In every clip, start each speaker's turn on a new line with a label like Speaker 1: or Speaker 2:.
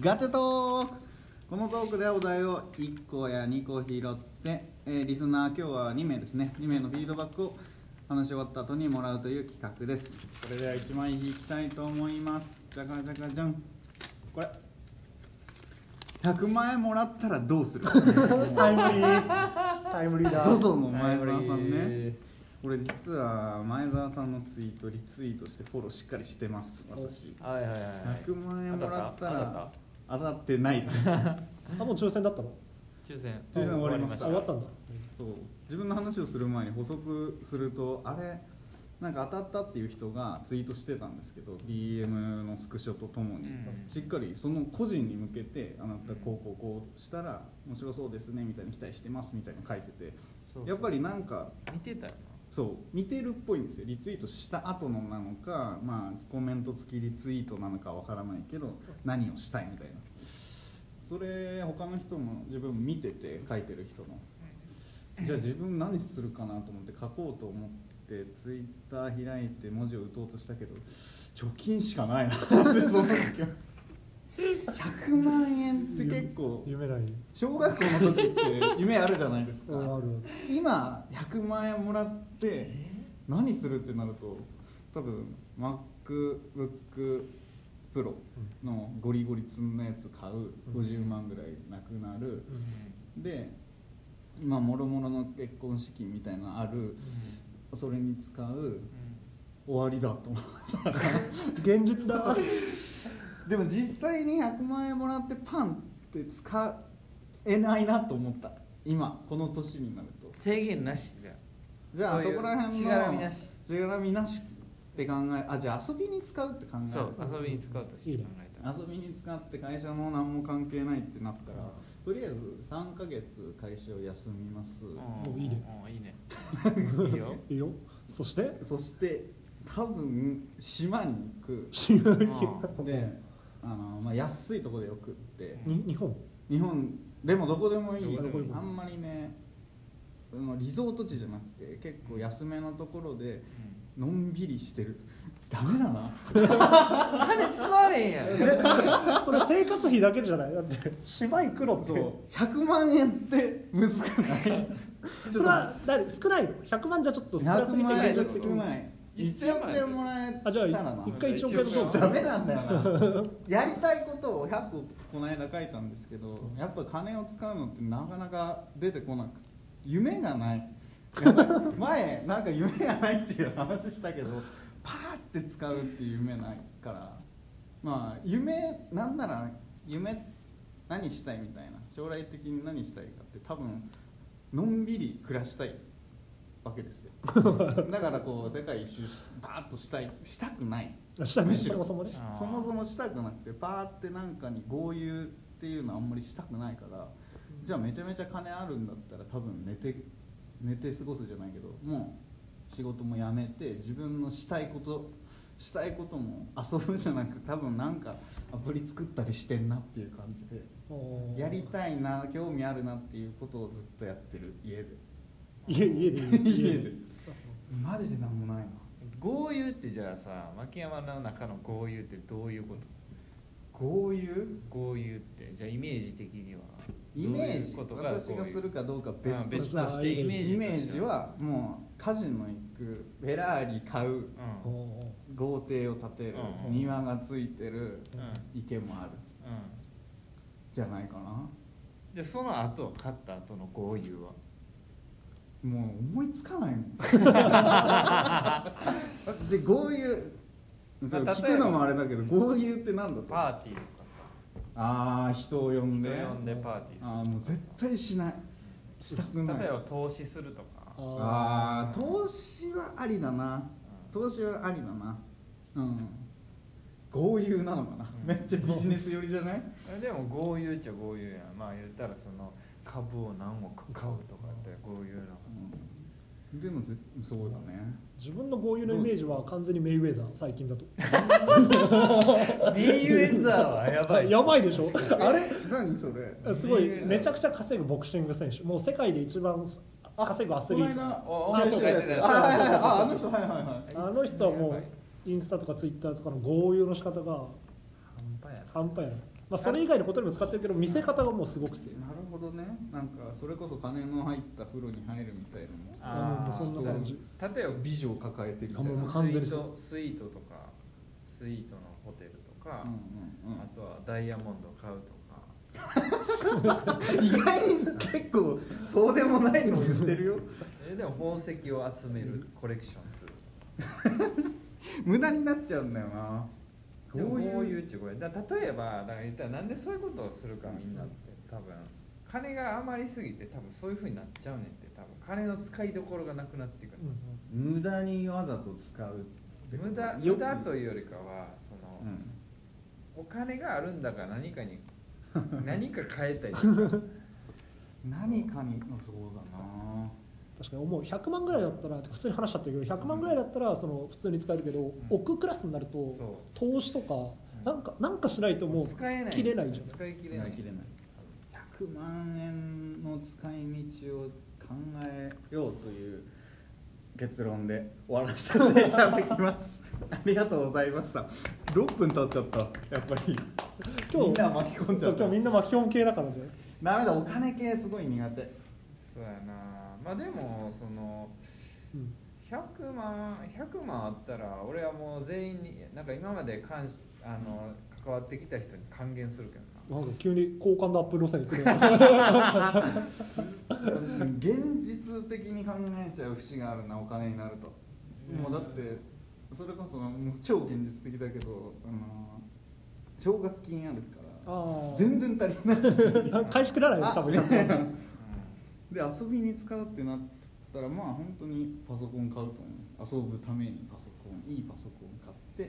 Speaker 1: ガチャトークこのトークではお題を1個や2個拾って、えーリスナー今日は2名ですね2名のフィードバックを話し終わった後にもらうという企画ですそれでは1枚引きたいと思いますじゃかじゃかじゃんこれ100万円もらったらどう する
Speaker 2: タイムリータイムリーだ
Speaker 1: ゾゾの前澤さん
Speaker 3: タイムリ
Speaker 1: ね
Speaker 3: ー
Speaker 1: 俺実は前澤さんのツイートリツイートしてフォローしっかりしてます私
Speaker 3: はいはいはいはい
Speaker 1: 100万円もらった
Speaker 3: 当た
Speaker 1: ら
Speaker 3: っ
Speaker 1: 当たってないです
Speaker 2: あもう抽選だったの
Speaker 3: た抽選
Speaker 1: 抽選終わりました
Speaker 2: あ終わったんだ
Speaker 1: そう自分の話をする前に補足するとあれなんか当たったっていう人がツイートしてたんですけど DM のスクショとともに、
Speaker 3: うん
Speaker 1: しっかりその個人に向けてあなたこうこうこうしたら面白そうですねみたいに期待してますみたいなの書いてて
Speaker 3: そうそう
Speaker 1: やっぱりなんか
Speaker 3: 見てたよ
Speaker 1: そう見てるっぽいんですよリツイートした後のなのか、まあ、コメント付きリツイートなのかわからないけど何をしたいみたいなそれ他の人も自分見てて書いてる人のじゃあ自分何するかなと思って書こうと思ってツイッター開いて文字を打とうとしたけど貯金しかないなその時 は100万円って結構
Speaker 2: 夢ない
Speaker 1: 小学校の時って夢あるじゃないです
Speaker 2: あ
Speaker 1: か
Speaker 2: るある
Speaker 1: 今100万円もらって何するってなると多分 MacBookPro のゴリゴリ積んだやつ買う
Speaker 2: うん
Speaker 1: 50万ぐらいなくなる
Speaker 2: う
Speaker 1: で今もろもろの結婚資金みたいなのあるそれに使う終わりだと思う
Speaker 2: 現実だ
Speaker 1: でも実際に100万円もらってパンって使えないなと思った今この年になると
Speaker 3: 制限なしじゃ
Speaker 1: じゃあ
Speaker 3: そういう
Speaker 1: そこら辺の
Speaker 3: しがらみなし
Speaker 1: しがらみなしって考えあじゃあ遊びに使うって考え
Speaker 3: あ
Speaker 1: る
Speaker 3: そう遊びに使うとして考えた
Speaker 1: 遊びに使って会社も何も関係ないってなったらとりあえず3ヶ月会社を休みます
Speaker 3: うん
Speaker 2: もういいね
Speaker 3: うんいいねいいよ
Speaker 2: いいよそして
Speaker 1: そして多分島に行く
Speaker 2: 違う
Speaker 3: う
Speaker 1: であの、まあ、安いところでよくって
Speaker 2: に日本
Speaker 1: 日本でもどこでもいい
Speaker 3: どこで
Speaker 2: も
Speaker 1: あんまりねあのリゾート地じゃなくて結構安めのところでのんびりしてるダメだな
Speaker 3: 金使われへんやん
Speaker 2: それ生活費だけじゃないだって芝居黒って
Speaker 1: そう100万円って難しくない
Speaker 2: それは誰少ないの100万じゃちょっと少なすぎ
Speaker 1: 100
Speaker 2: て
Speaker 1: 万円
Speaker 3: じ
Speaker 1: が
Speaker 3: ゃ
Speaker 1: 少ない1
Speaker 3: 1
Speaker 1: 億
Speaker 3: 億
Speaker 1: 円
Speaker 3: 円
Speaker 1: も
Speaker 3: も
Speaker 1: らえた
Speaker 2: あじゃあ
Speaker 1: ら
Speaker 2: い
Speaker 1: な
Speaker 2: 一回1億円
Speaker 3: 一
Speaker 2: と
Speaker 3: 億円
Speaker 1: ダメなんだよなやりたいことを100個この間書いたんですけどやっぱ金を使うのってなかなか出てこなく夢がないやっぱり前なんか夢がないっていう話したけどパーって使うっていう夢ないからまあ夢なんなら夢何したいみたいな将来的に何したいかって多分のんびり暮らしたいわけですよだからこう世界一周しバーッとしたいしたくない
Speaker 2: した
Speaker 1: む
Speaker 2: ね
Speaker 1: し
Speaker 2: そ
Speaker 1: ろ
Speaker 2: もそもね
Speaker 1: しそもそもしたくなくてパーってなんかに豪遊っていうのはあんまりしたくないからじゃあめちゃめちゃ金あるんだったら多分寝て寝て過ごすじゃないけどもう仕事も辞めて自分のしたいことしたいことも遊ぶじゃなく多分なんかアプリ作ったりしてんなっていう感じで
Speaker 2: おー
Speaker 1: やりたいな興味あるなっていうことをずっとやってる家で
Speaker 2: 家家でい い
Speaker 1: 家でマジでなんもないな
Speaker 3: 豪遊ってじゃあさ牧山の中の豪遊ってどういうこと
Speaker 1: 豪遊
Speaker 3: 豪遊ってじゃあイメージ的には
Speaker 1: イメージ
Speaker 3: どういうこと
Speaker 1: 私がするかどうか別とした
Speaker 2: あ別とし
Speaker 3: イ
Speaker 2: て
Speaker 3: メージ
Speaker 1: イメージはもうカジノ行くフェラーリ買う
Speaker 2: お
Speaker 3: うん
Speaker 2: ー
Speaker 1: 豪邸を建てる
Speaker 3: うん
Speaker 1: 庭がついてる
Speaker 3: うんうん
Speaker 1: 池もあるじゃないかな
Speaker 3: でその後勝った後の豪遊は
Speaker 1: もう思いつかないも ん 私豪遊そ
Speaker 3: ま
Speaker 1: う
Speaker 3: あ例えば
Speaker 1: 聞くのもあれだけど豪遊って何だとあ
Speaker 3: パーティーとかさ
Speaker 1: あー人を呼ん
Speaker 3: 人
Speaker 1: で
Speaker 3: 呼んでパーティーするとかさ
Speaker 1: あーもう絶対しないしたくない
Speaker 3: 例えば投資するとか
Speaker 2: あー
Speaker 1: ああ投資はありだな投資はありだなうん豪遊なのかな、
Speaker 3: うん
Speaker 1: めっちゃビジネス寄りじゃない
Speaker 3: うんでも豪遊っちゃ豪遊やんまあ言ったらその株を何億買うとかって豪遊なの
Speaker 1: うんでもぜそうだね
Speaker 2: 自分の豪遊のイメージは完全にメイウェザー最近だと
Speaker 3: メイウェザーはやばい
Speaker 2: やばいでしょ
Speaker 1: あれ何それ
Speaker 2: すごい
Speaker 3: メイウェザー
Speaker 2: めちゃくちゃ稼ぐボクシング選手もう世界で一番稼ぐアス
Speaker 1: こ
Speaker 2: リ
Speaker 1: の
Speaker 2: ート
Speaker 1: 間
Speaker 3: お
Speaker 1: 試合してたや
Speaker 3: お前
Speaker 1: つ
Speaker 3: が
Speaker 1: あはいはいはいああ
Speaker 2: そ
Speaker 1: の
Speaker 2: うそ
Speaker 1: 人はいはいは
Speaker 2: あの人はもうインスタとかツイッターとかの豪遊の仕方が
Speaker 3: 半端やな
Speaker 2: 半端やないまあ、それ以外のことにも使ってるけど見せ方がもうすごくて
Speaker 1: なるほどねなんかそれこそ金の入った風呂に入るみたいなの
Speaker 3: あー
Speaker 2: そんな感じ
Speaker 3: 例えば
Speaker 1: 美女を抱えてみたいな、
Speaker 2: あ
Speaker 1: う
Speaker 2: も
Speaker 1: ん
Speaker 2: う完全に
Speaker 3: スイ
Speaker 2: そう
Speaker 3: ートスイートとかスイートのホテルとか、
Speaker 1: うんうん
Speaker 3: あとはダイヤモンド買うとか
Speaker 1: 意外に結構そうでもないのを言ってるよ
Speaker 3: えでも宝石を集めるコレクションする
Speaker 1: 無駄になっちゃうんだよな
Speaker 3: こういうちゅうことやだから例えばだから言ったらなんでそういうことをするかみんなって多分金が余りすぎて多分そういうふうになっちゃうねんって多分金の使いどころがなくなっていく
Speaker 2: うんうん
Speaker 3: の、
Speaker 1: 無駄にわざと使うってこと
Speaker 3: 無駄
Speaker 1: よ
Speaker 3: 無
Speaker 1: く
Speaker 3: 駄というよりかはその、
Speaker 1: うん
Speaker 3: お金があるんだから何かに何か変えたいとか
Speaker 1: 何かにのそうだな
Speaker 2: 確かに思う100万ぐらいだったら普通に話しちゃったけど100万ぐらいだったらその普通に使えるけど、億クラスになると
Speaker 3: そ
Speaker 2: 投資とかなんかなんかしないともう
Speaker 3: 使えない
Speaker 2: 切れないじゃん
Speaker 3: 使い切れない
Speaker 1: 使い切れない
Speaker 3: 多分
Speaker 1: 100万円の使い道を考えようという結論で終わらせていただきます ありがとうございました6分経っちゃったやっぱり
Speaker 2: 今
Speaker 1: み
Speaker 2: 日
Speaker 1: んな巻き込んじゃ
Speaker 2: そう
Speaker 1: っ
Speaker 2: 今
Speaker 1: た
Speaker 2: 日みんな巻き込む系だからね
Speaker 1: ダメだお金系すごい苦手
Speaker 3: そうやなまあでもその
Speaker 2: うん
Speaker 3: 100万100万あったら俺はもう全員になんか今まで関しあの関わってきた人に還元するけどな
Speaker 2: なんか急に好感度アップ路線に 来るよ
Speaker 1: 現実的に考えちゃう節があるなお金になると、もうだってそれこそもう超現実的だけど、あの奨学金あるから
Speaker 2: ああ
Speaker 1: 全然足り ないし
Speaker 2: 返しくならないよ多 分100万
Speaker 1: で遊びに使うってなったらまあ本当にパソコン買うと思う遊ぶためにパソコンいいパソコン買ってっ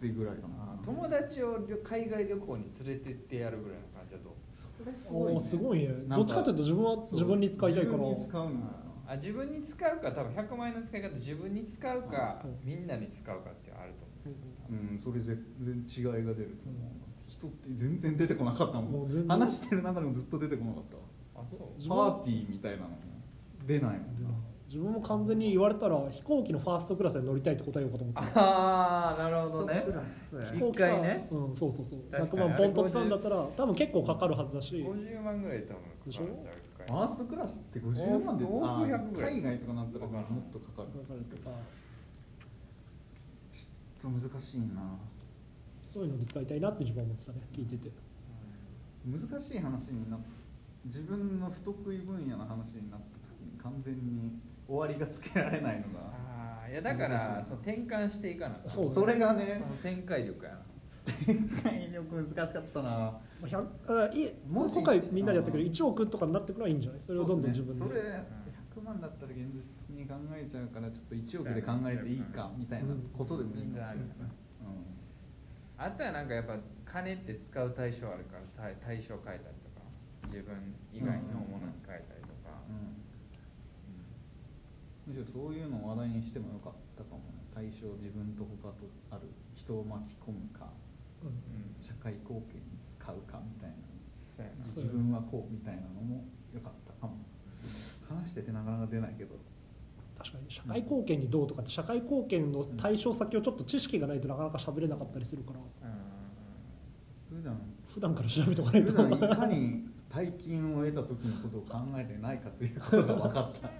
Speaker 1: てぐらいか
Speaker 3: あ
Speaker 1: な
Speaker 3: ー友達を旅海外旅行に連れてってやるぐらいの感じだと
Speaker 1: それすごい、
Speaker 2: お
Speaker 1: ね、
Speaker 2: ーすごいね
Speaker 1: なんか
Speaker 2: どっちかというと自分は
Speaker 1: そう
Speaker 2: 自分に使いたいから
Speaker 1: 自分に使うのよ
Speaker 3: あ自分に使うか多分100万円の使い方自分に使うか
Speaker 2: うん
Speaker 3: みんなに使うかっていうのはあると思うんですよ
Speaker 1: うん、それぜ全然違いが出ると思う、人って全然出てこなかったも
Speaker 2: も
Speaker 1: ん
Speaker 2: う全然
Speaker 1: 話してる中でもずっと出てこなかったわ
Speaker 3: あそう
Speaker 2: 自分
Speaker 1: パーティーみたいなのも出ないもんな
Speaker 2: 自分も完全に言われたら飛行機のファーストクラスで乗りたいって答えようかと思って
Speaker 3: ああなるほどね
Speaker 1: ストプラス
Speaker 3: 聞
Speaker 2: 飛
Speaker 3: く
Speaker 2: 行機か
Speaker 3: 一回ね
Speaker 2: うんそうそうそう
Speaker 3: 確か
Speaker 2: 100
Speaker 3: に
Speaker 2: 万ポンと使うんだったら多分結構かかるはずだし
Speaker 3: 50万ぐらい多分かかるんちゃう一回
Speaker 1: ファーストクラスって50万で
Speaker 3: 往復
Speaker 1: あ
Speaker 3: 100ぐらい
Speaker 1: 海外とかなったらもっとかかる
Speaker 2: かかるとか
Speaker 1: ちょっと難しいな
Speaker 2: そういうのに使いたいなって自分は思ってたね聞いてて
Speaker 1: 難しい話になっ自分の不得意分野の話になった時に完全に終わりがつけられないのが
Speaker 3: ああいやだから
Speaker 1: 難しい
Speaker 3: その転換していかな
Speaker 2: そう
Speaker 1: それがね
Speaker 3: その展開力やな
Speaker 1: 体力難しかったな
Speaker 2: まあ100あいい
Speaker 1: もし
Speaker 2: 今回みんなでやったけど
Speaker 1: あー
Speaker 2: 1億とかになってくのはいいんじゃないそれをどんどん自
Speaker 1: そう
Speaker 2: 分
Speaker 1: すねそれ
Speaker 2: で
Speaker 1: 100万だったら現実的に考えちゃうからちょっと1億で考えていいかみたいなことでもいい
Speaker 3: 全
Speaker 1: の
Speaker 3: 然あるよなあとはなんかやっぱ金って使う対象あるから対対象変えたりとか自分以外のものに変えたりとか、
Speaker 1: うんむしろそういうのを話題にしてもよかったかもね対象自分と他とある人を巻き込むか
Speaker 2: うん
Speaker 3: うん
Speaker 1: 社会貢献に使うかみたいな
Speaker 3: そうや
Speaker 2: そ
Speaker 1: 自
Speaker 2: うやね
Speaker 1: 分はこうみたいなのもよかったかも話しててなかなか出ないけど
Speaker 2: 確かに社会貢献にどうとかって社会貢献の対象先をちょっと知識がないとなかなか喋れなかったりするから
Speaker 3: なうん
Speaker 1: 普段
Speaker 2: 普段から調べておかない
Speaker 1: 普
Speaker 2: と
Speaker 1: 段いかに大金を得た時のことを考えてないかということが分かった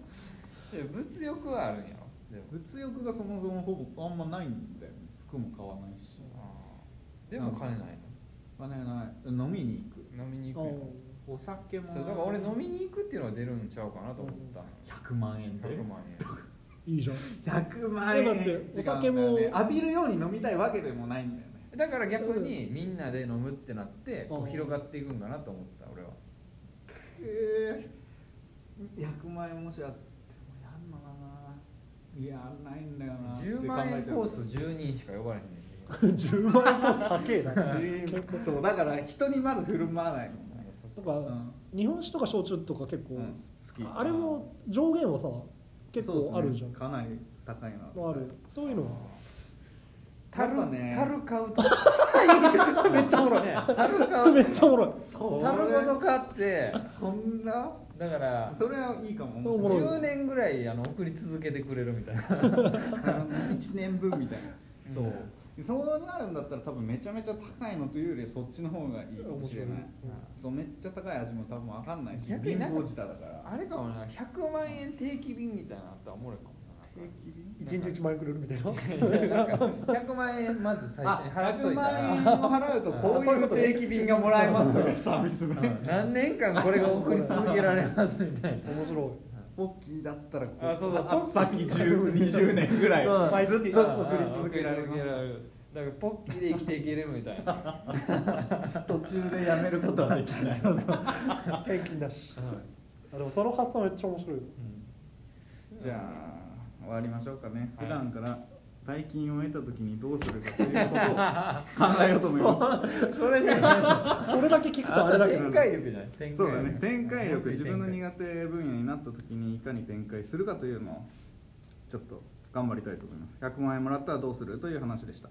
Speaker 3: で物欲はあるんやろでも
Speaker 1: 物欲がそもそもほぼあんまないんだよね服も買わないし
Speaker 3: あーでも金ない
Speaker 1: お金ない飲みに行く
Speaker 3: の飲みに行
Speaker 2: あ
Speaker 3: く
Speaker 2: ー
Speaker 3: やろ
Speaker 1: お酒も
Speaker 3: そうだから俺飲みに行くっていうのは出るんちゃうかなと思ったの
Speaker 1: 100万円で
Speaker 3: 100万円
Speaker 2: いいじゃん
Speaker 1: 100万円
Speaker 2: だってお酒も
Speaker 1: 違うんだよね浴びるように飲みたいわけでもないんだよね
Speaker 3: だから逆にみんなで飲むってなってこ
Speaker 2: うん
Speaker 3: う広がっていくんかなと思った俺は
Speaker 1: ええ100万円もしあってもやんのかないやないんだよな
Speaker 3: 10万円コース
Speaker 1: って考
Speaker 3: 10人しか呼ばれへんねんけど
Speaker 2: 10万円コス高えな
Speaker 1: えちゃう10そうだから人にまず振る舞わないもんね
Speaker 2: とか、
Speaker 1: うん
Speaker 2: 日本酒とか焼酎とか結構、
Speaker 1: うん好き
Speaker 2: あれも上限はさ結構あるじゃん、
Speaker 1: そうですねかなり高いな
Speaker 2: まああるそういうのは
Speaker 1: やっぱね
Speaker 3: 樽買うと
Speaker 1: めっちゃおもろい
Speaker 3: ね樽
Speaker 2: そ
Speaker 3: 買
Speaker 2: れ
Speaker 3: う
Speaker 2: めっちゃおもろい
Speaker 1: そう
Speaker 3: 樽ごと買って
Speaker 1: そんな
Speaker 3: だから
Speaker 1: それはいいかも
Speaker 2: おもろい
Speaker 3: 10年ぐ らいあの送り続けてくれるみたいな
Speaker 1: あの1年分みたいな
Speaker 3: うん
Speaker 1: そうそうなるんだったら多分めちゃめちゃ高いのというよりそっちの方がいいかもしれない、
Speaker 2: 面白いね
Speaker 1: そうめっちゃ高い味も多分わかんないし
Speaker 3: 逆
Speaker 1: 貧
Speaker 3: になんか
Speaker 1: 乏舌だから
Speaker 3: あれかもな100万円定期便みたいなのあったらおもろいかもななんか
Speaker 2: 一日一万円くれるみた いな
Speaker 3: いやなんか100万円まず最初に払っと
Speaker 1: 100
Speaker 3: いた
Speaker 1: 万円
Speaker 3: ら
Speaker 1: を払うとこういう定期便がもらえますとかサービスね
Speaker 3: うん何年間これが送り続けられますみたいな
Speaker 2: 面白い
Speaker 1: ポッキーだったらこ
Speaker 3: あそうそう
Speaker 1: あ先1020年ぐらい
Speaker 3: そう
Speaker 2: 毎
Speaker 1: ず
Speaker 2: 月
Speaker 1: っと送り続けられ
Speaker 3: 送
Speaker 1: ま
Speaker 3: り続
Speaker 1: す
Speaker 3: られるだからポッキーで生きていけるみたいな
Speaker 1: 途中でやめることはできない
Speaker 2: 平均だし
Speaker 3: うん
Speaker 2: あでもその発想めっちゃ面白いよ
Speaker 1: じゃあ終わりましょうかね
Speaker 3: はい
Speaker 1: 普段から大金を得た時にどうするかということを考えようと思います
Speaker 3: それね
Speaker 2: それだけ聞くとあれだけど
Speaker 3: 展開力じゃない展開力
Speaker 1: そうだね展開
Speaker 3: もうち
Speaker 1: 力
Speaker 3: ょい
Speaker 1: 自
Speaker 3: 展
Speaker 1: 分の苦手分野になった時にいかに展開するかというのをちょっと頑張りたいと思います100万円もらったらどうするという話でした